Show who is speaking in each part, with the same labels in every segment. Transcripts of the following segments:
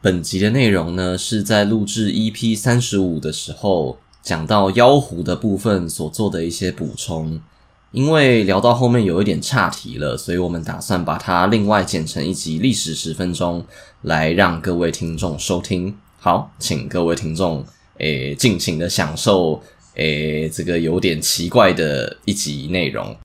Speaker 1: 本集的内容呢，是在录制 EP 三十五的时候讲到妖狐的部分所做的一些补充。因为聊到后面有一点岔题了，所以我们打算把它另外剪成一集历史十分钟，来让各位听众收听。好，请各位听众诶尽情的享受诶这个有点奇怪的一集内容。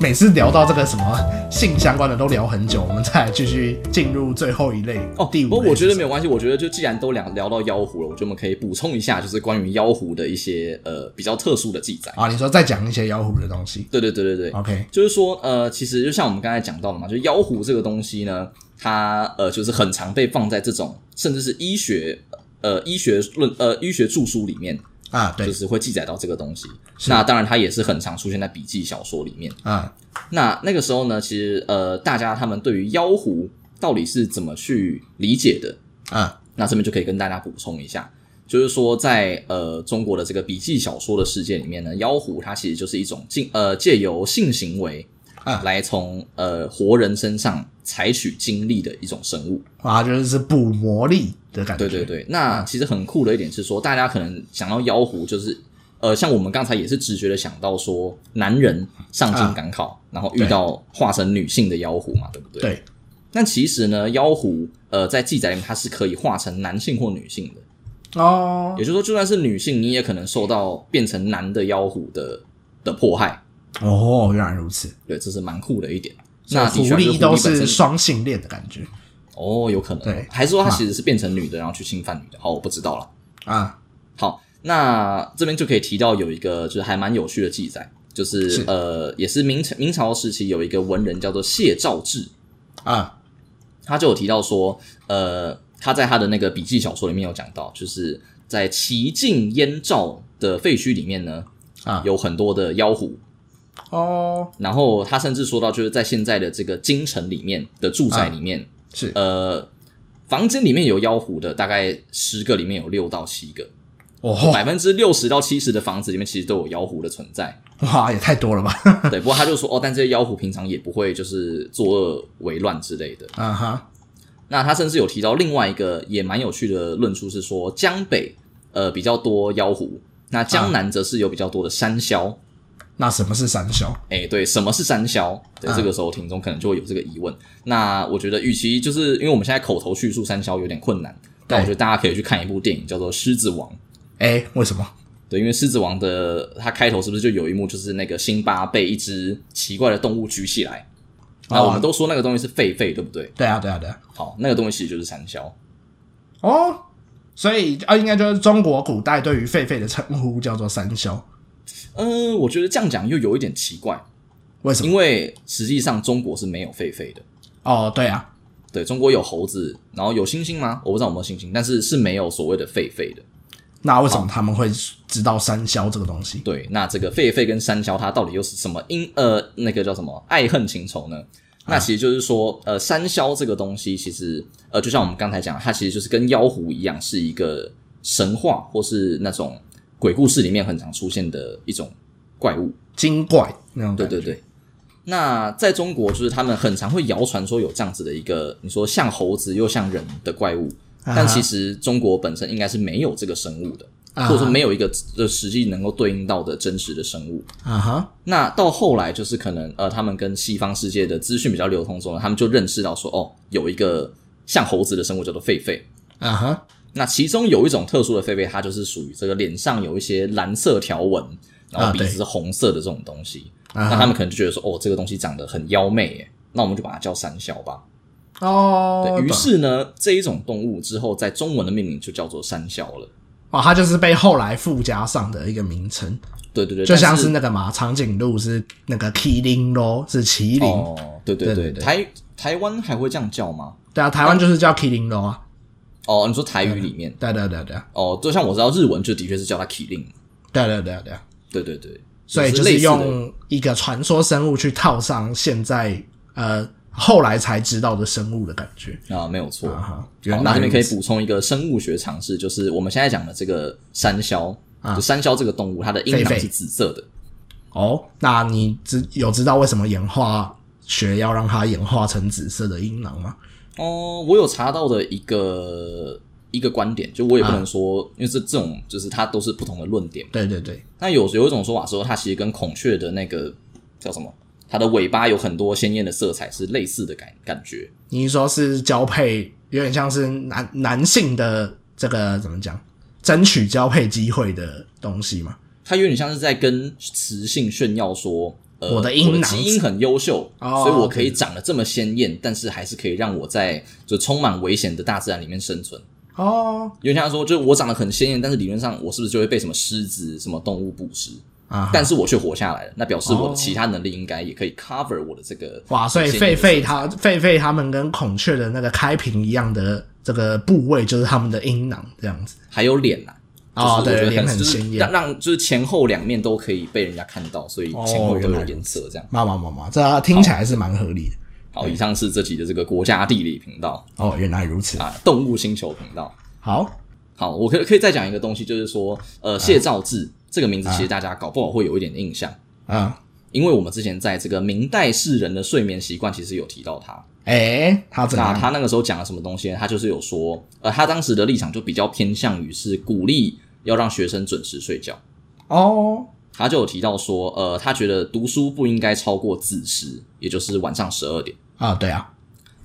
Speaker 2: 每次聊到这个什么性相关的都聊很久，我们再来继续进入最后一类
Speaker 1: 哦，
Speaker 2: 第
Speaker 1: 不
Speaker 2: 五
Speaker 1: 过
Speaker 2: 类
Speaker 1: 我觉得没
Speaker 2: 有
Speaker 1: 有关系，我觉得就既然都聊聊到妖狐了，我觉得我们可以补充一下，就是关于妖狐的一些呃比较特殊的记载。
Speaker 2: 啊，你说再讲一些妖狐的东西
Speaker 1: 对对对对对，
Speaker 2: ，OK，
Speaker 1: 就是说，呃，其实就像我们刚才讲到的嘛，就妖狐这个东西呢，它呃就是很常被放在这种甚至是医学呃医学论呃医学著书里面，
Speaker 2: 啊，
Speaker 1: 就
Speaker 2: 对
Speaker 1: 是会记载到这个东西。那当然，它也是很常出现在笔记小说里面。
Speaker 2: 啊，
Speaker 1: 那那个时候呢，其实呃大家他们对于妖狐到底是怎么去理解的？
Speaker 2: 啊，
Speaker 1: 那这边就可以跟大家补充一下，就是说在呃中国的这个笔记小说的世界里面呢，妖狐它其实就是一种进呃借由性行为
Speaker 2: 啊
Speaker 1: 来从呃活人身上采取精力的一种生物。
Speaker 2: 啊，就是是补魔力的感
Speaker 1: 对
Speaker 2: 觉，
Speaker 1: 对，对，那其实很酷的一点是说，大家可能想到妖狐就是。呃，像我们刚才也是直觉的想到说，男人上京赶考，然后遇到化身女性的妖狐嘛，对不对？
Speaker 2: 对。
Speaker 1: 但其实呢，妖狐呃在记载里面它是可以化成男性或女性的，
Speaker 2: 哦
Speaker 1: 也就是说，就算是女性，你也可能受到变成男的妖狐的的迫害。
Speaker 2: 哦，原来如此，
Speaker 1: 对，这是蛮酷的一点。
Speaker 2: 所以
Speaker 1: 那
Speaker 2: 狐
Speaker 1: 的确就是狐
Speaker 2: 狸都
Speaker 1: 本身
Speaker 2: 是双性恋的感觉
Speaker 1: 哦，有可能
Speaker 2: 对
Speaker 1: 还是说它其实是变成女的，然后去侵犯女的？好，哦我不知道了。
Speaker 2: 啊，
Speaker 1: 好，那这边就可以提到有一个就是还蛮有趣的记载，就是
Speaker 2: 是
Speaker 1: 呃，也是明朝明朝时期有一个文人叫做谢兆志，
Speaker 2: 啊
Speaker 1: 他就有提到说，呃，他在他的那个笔记小说里面有讲到，就是在齐晋燕赵的废墟里面呢，
Speaker 2: 啊，
Speaker 1: 有很多的妖狐。
Speaker 2: 哦，
Speaker 1: 然后他甚至说到，就是在现在的这个京城里面的住宅里面，
Speaker 2: 是
Speaker 1: 呃，房间里面有妖狐的，大概十个里面有六到七个，
Speaker 2: 哦，
Speaker 1: 百分之六十到七十的房子里面其实都有妖狐的存在。
Speaker 2: 哇，也太多了吧，
Speaker 1: 对，不过他就说哦，但这些妖狐平常也不会就是作恶为乱之类的。
Speaker 2: 啊哈，
Speaker 1: 那他甚至有提到另外一个也蛮有趣的论述是说，江北呃比较多妖狐，那江南则是有比较多的山魈。
Speaker 2: 那什么是三修
Speaker 1: 哎、对，什么是山魈？对，
Speaker 2: 嗯
Speaker 1: 这个时候听众可能就会有这个疑问。那我觉得，与其就是因为我们现在口头叙述山魈有点困难，但我觉得大家可以去看一部电影叫做《狮子王》。
Speaker 2: 哎，为什么？
Speaker 1: 对，因为《狮子王》的它开头是不是就有一幕就是那个辛巴被一只奇怪的动物举起来？那
Speaker 2: 哦
Speaker 1: 我们都说那个东西是狒狒，对不对？
Speaker 2: 对啊，对啊，对啊，
Speaker 1: 好，那个东西其实就是山魈。
Speaker 2: 哦，所以啊，应该就是中国古代对于狒狒的称呼叫做三修，
Speaker 1: 嗯、我觉得这样讲又有一点奇怪，
Speaker 2: 为什么？
Speaker 1: 因为实际上中国是没有狒狒的。
Speaker 2: 哦，对啊，
Speaker 1: 对中国有猴子，然后有猩猩吗？我不知道有没有猩猩，但是是没有所谓的狒狒的。
Speaker 2: 那为什么他们会知道三消这个东西？
Speaker 1: 对，那这个狒狒跟山魈它到底又是什么因呃那个叫什么爱恨情仇呢？
Speaker 2: 啊
Speaker 1: 那其实就是说，呃，山魈这个东西，其实呃，就像我们刚才讲，它其实就是跟妖狐一样，是一个神话或是那种鬼故事里面很常出现的一种怪物。
Speaker 2: 精怪那种
Speaker 1: 对
Speaker 2: 感觉
Speaker 1: 对对。那在中国，就是他们很常会谣传说有这样子的一个，你说像猴子又像人的怪物，
Speaker 2: 啊
Speaker 1: 但其实中国本身应该是没有这个生物的，
Speaker 2: 啊
Speaker 1: 或者说没有一个呃实际能够对应到的真实的生物。
Speaker 2: 啊哈
Speaker 1: 那到后来就是可能呃，他们跟西方世界的资讯比较流通之后，他们就认识到说哦，有一个像猴子的生物叫做狒狒。
Speaker 2: 啊哈
Speaker 1: 那其中有一种特殊的狒狒，它就是属于这个脸上有一些蓝色条纹，然后
Speaker 2: 啊
Speaker 1: 鼻
Speaker 2: 对
Speaker 1: 子是红色的这种东西。
Speaker 2: 啊
Speaker 1: 那
Speaker 2: 哈
Speaker 1: 他们可能就觉得说，哦，这个东西长得很妖媚耶，那我们就把它叫山魈吧。
Speaker 2: 哦
Speaker 1: 对，于是呢，这一种动物之后在中文的命名就叫做山魈了。
Speaker 2: 哦，它就是被后来附加上的一个名称，
Speaker 1: 对对对，
Speaker 2: 就像
Speaker 1: 但是
Speaker 2: 是那个嘛，长颈鹿是那个麒麟咯，是麒麟。
Speaker 1: 哦，对对对，
Speaker 2: 对对对
Speaker 1: 台台湾还会这样叫吗？
Speaker 2: 对啊，台湾就是叫麒麟咯啊。
Speaker 1: 哦，你说台
Speaker 2: 嗯
Speaker 1: 语里面，
Speaker 2: 对对对对啊
Speaker 1: 哦，就像我知道日文就的确是叫它 k i l i n
Speaker 2: 对对对对啊，
Speaker 1: 对对对，
Speaker 2: 所以
Speaker 1: 就
Speaker 2: 就是
Speaker 1: 类
Speaker 2: 是
Speaker 1: 似的
Speaker 2: 用一个传说生物去套上现在呃后来才知道的生物的感觉。
Speaker 1: 啊，没有错。
Speaker 2: 啊哈
Speaker 1: 好，
Speaker 2: 原
Speaker 1: 那
Speaker 2: 来
Speaker 1: 这边可以
Speaker 2: 如此
Speaker 1: 补充一个生物学常识，就是我们现在讲的这个山魈，
Speaker 2: 啊
Speaker 1: 就山魈这个动物，它的阴
Speaker 2: 狒
Speaker 1: 囊
Speaker 2: 狒
Speaker 1: 是紫色的。
Speaker 2: 哦，那你知有知道为什么演化学要让它演化成紫色的阴囊吗？
Speaker 1: 哦，我有查到的一个一个观点，就我也不
Speaker 2: 啊
Speaker 1: 能说，因为这这种就是它都是不同的论点。
Speaker 2: 对对对，
Speaker 1: 那有有一种说法说，它其实跟孔雀的那个叫什么，它的尾巴有很多鲜艳的色彩是类似的感感觉。
Speaker 2: 你是说是交配，有点像是男男性的这个怎么讲，争取交配机会的东西嘛？
Speaker 1: 它有点像是在跟雌性炫耀说，呃，
Speaker 2: 我
Speaker 1: 我
Speaker 2: 的阴囊
Speaker 1: 基因很优秀，
Speaker 2: 哦
Speaker 1: 所以我可
Speaker 2: OK
Speaker 1: 以长得这么鲜艳，但是还是可以让我在就充满危险的大自然里面生存。
Speaker 2: 哦，
Speaker 1: 有点像说，就是我长得很鲜艳，但是理论上我是不是就会被什么狮子、什么动物捕食？
Speaker 2: 啊哈，
Speaker 1: 但是我却活下来了，那表示我
Speaker 2: 哦
Speaker 1: 的其他能力应该也可以 cover 我的这个
Speaker 2: 哇，所以
Speaker 1: 鲜
Speaker 2: 狒
Speaker 1: 艳的
Speaker 2: 狒它狒狒它们跟孔雀的那个开屏一样的这个部位，就是它们的阴囊这样子。
Speaker 1: 还有脸呐、
Speaker 2: 哦
Speaker 1: 就是我
Speaker 2: 对
Speaker 1: 觉得
Speaker 2: 脸很
Speaker 1: 就是
Speaker 2: 鲜艳
Speaker 1: 让让就是前后两面都可以被人家看到，所以前
Speaker 2: 哦
Speaker 1: 后都有颜色这样。
Speaker 2: 妈妈妈妈，这听起来是蛮合理的。
Speaker 1: 好，以上是这集的这个国家地理频道
Speaker 2: 哦，原来如此。
Speaker 1: 啊，动物星球频道。
Speaker 2: 好，
Speaker 1: 好，我可可以再讲一个东西，就是说，呃，谢兆志、这个名字，其实大家搞不好会有一点印象，
Speaker 2: 啊，
Speaker 1: 因为我们之前在这个明代世人的睡眠习惯，其实有提到他。
Speaker 2: 哎，它怎么
Speaker 1: 那
Speaker 2: 样？
Speaker 1: 他那个时候讲了什么东西呢？他就是有说，呃，他当时的立场就比较偏向于是鼓励要让学生准时睡觉。
Speaker 2: 哦，
Speaker 1: 他就有提到说，呃，他觉得读书不应该超过子时，也就是晚上十二点。
Speaker 2: 啊，对啊，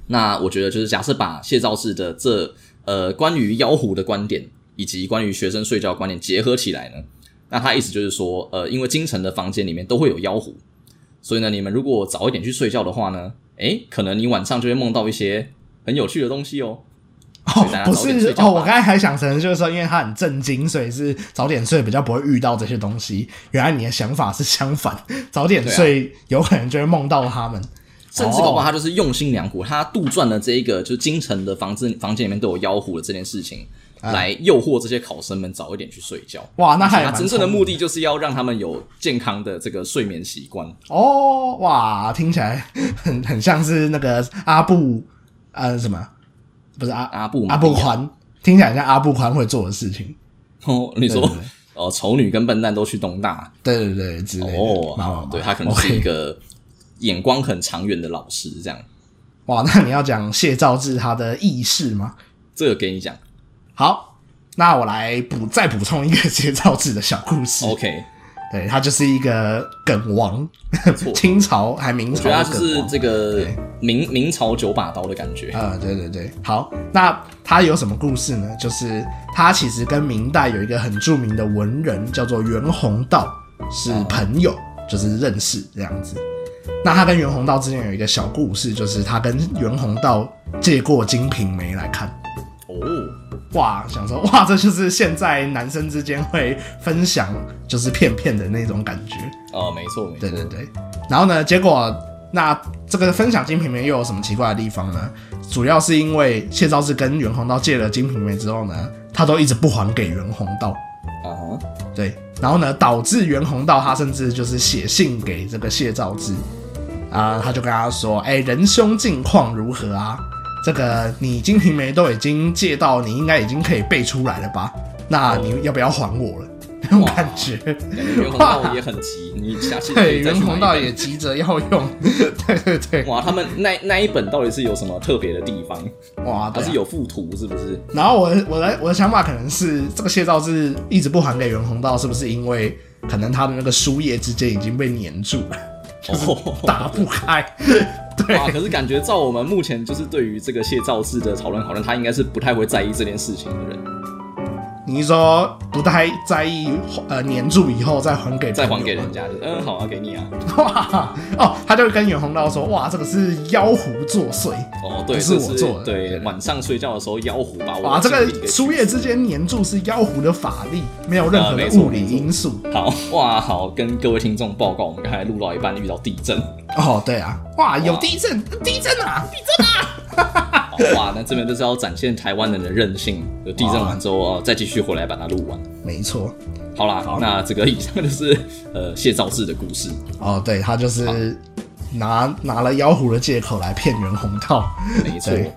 Speaker 1: 那我觉得就是假设把谢兆志的这呃关于妖狐的观点，以及关于学生睡觉的观点结合起来呢，那他意思就是说，呃，因为京城的房间里面都会有妖狐，所以呢，你们如果早一点去睡觉的话呢，诶，可能你晚上就会梦到一些很有趣的东西哦。
Speaker 2: 哦
Speaker 1: 所以大，家
Speaker 2: 不
Speaker 1: 早点
Speaker 2: 是
Speaker 1: 睡觉
Speaker 2: 哦，
Speaker 1: 吧
Speaker 2: 我刚才还想成就是说，因为他很震惊，所以是早点睡比较不会遇到这些东西。原来你的想法是相反，早点
Speaker 1: 对啊
Speaker 2: 睡有可能就会梦到他们。
Speaker 1: 甚至搞不
Speaker 2: 哦
Speaker 1: 好他就是用心良苦，他杜撰了这一个就是京城的房子房间里面都有妖狐的这件事情，来诱惑这些考生们早一点去睡觉。
Speaker 2: 哇，那还
Speaker 1: 他
Speaker 2: 蛮
Speaker 1: 真正的
Speaker 2: 聪明
Speaker 1: 目的就是要让他们有健康的这个睡眠习惯。
Speaker 2: 哦，哇，听起来很很像是那个阿布，呃，什么？不是阿
Speaker 1: 阿布玛
Speaker 2: 阿
Speaker 1: 利
Speaker 2: 布
Speaker 1: 亚
Speaker 2: 宽，听起来像阿布宽会做的事情。
Speaker 1: 哦，你说
Speaker 2: 对对对
Speaker 1: 哦，丑女跟笨蛋都去东大
Speaker 2: 对对对，之类的。麻麻
Speaker 1: 哦
Speaker 2: 麻，
Speaker 1: 对他可能是
Speaker 2: OK
Speaker 1: 一个眼光很长远的老师，这样
Speaker 2: 哇，那你要讲谢兆志他的意识吗？
Speaker 1: 这个给你讲。
Speaker 2: 好，那我来补再补充一个谢兆志的小故事。
Speaker 1: OK，
Speaker 2: 对他就是一个梗王，
Speaker 1: 错
Speaker 2: 清朝还明
Speaker 1: 我
Speaker 2: 朝
Speaker 1: 觉得他
Speaker 2: 的
Speaker 1: 就
Speaker 2: 梗
Speaker 1: 是
Speaker 2: 王。
Speaker 1: 这个
Speaker 2: 对
Speaker 1: 明明朝九把刀的感觉。
Speaker 2: 呃，对对对，好，那他有什么故事呢？就是他其实跟明代有一个很著名的文人叫做袁宏道是朋友，就是认识这样子。那他跟袁宏道之间有一个小故事，就是他跟袁宏道借过《金瓶梅》来看。
Speaker 1: 哦，
Speaker 2: 哇，想说哇，这就是现在男生之间会分享，就是片片的那种感觉。
Speaker 1: 哦，没错，没错
Speaker 2: 对。对对。然后呢，结果那这个分享《金瓶梅》又有什么奇怪的地方呢？主要是因为谢昭是跟袁宏道借了《金瓶梅》之后呢，他都一直不还给袁宏道。
Speaker 1: 啊哈，
Speaker 2: 对，然后呢，导致袁宏道他甚至就是写信给这个谢兆志，啊、他就跟他说，哎、仁兄近况如何啊？这个你《金瓶梅》都已经借到，你应该已经可以背出来了吧？那你要不要还我了？那种感觉，
Speaker 1: 感觉袁宏道也很急，你下次可
Speaker 2: 对，
Speaker 1: 以再
Speaker 2: 袁
Speaker 1: 去买
Speaker 2: 宏
Speaker 1: 一
Speaker 2: 道
Speaker 1: 本
Speaker 2: 也急着要用， 对对对，
Speaker 1: 哇，他们那那一本到底是有什么特别的地方？
Speaker 2: 哇，
Speaker 1: 它
Speaker 2: 对啊
Speaker 1: 是有附图是不是？
Speaker 2: 然后我的我的我的想法可能是这个谢兆志一直不还给袁宏道，是不是因为可能他的那个书页之间已经被粘住了，就是
Speaker 1: 哦，
Speaker 2: 打不 开？ 对
Speaker 1: 哇！啊可是感觉照我们目前就是对于这个谢兆志的讨论讨论，他应该是不太会在意这件事情的人，
Speaker 2: 你是说不太在意呃粘住以后再还给
Speaker 1: 再
Speaker 2: 朋友
Speaker 1: 还给
Speaker 2: 吗
Speaker 1: 人家就嗯好啊，给你啊。
Speaker 2: 哇哦，他就跟袁宏道说哇这个是妖狐作祟
Speaker 1: 哦，对，
Speaker 2: 不是
Speaker 1: 这
Speaker 2: 我做的
Speaker 1: 对
Speaker 2: 对，啊
Speaker 1: 晚上睡觉的时候妖狐把我
Speaker 2: 哦哇这
Speaker 1: 的精力
Speaker 2: 个
Speaker 1: 给
Speaker 2: 书页之间粘住是妖狐的法力，没有任何
Speaker 1: 啊
Speaker 2: 的
Speaker 1: 没错
Speaker 2: 物理因素、
Speaker 1: 好哇好，跟各位听众报告，我们刚才录到一半遇到地震，
Speaker 2: 哦对啊哇有地震地震啊地震
Speaker 1: 好哇那这边就是要展现台湾人的韧性，就地震
Speaker 2: 哇
Speaker 1: 完之后哦再继续回来把它录完。
Speaker 2: 没错
Speaker 1: 好啦，那这个以上就是呃谢兆志的故事。
Speaker 2: 哦对他就是拿拿了妖狐的借口来骗袁弘道。
Speaker 1: 没错
Speaker 2: 对，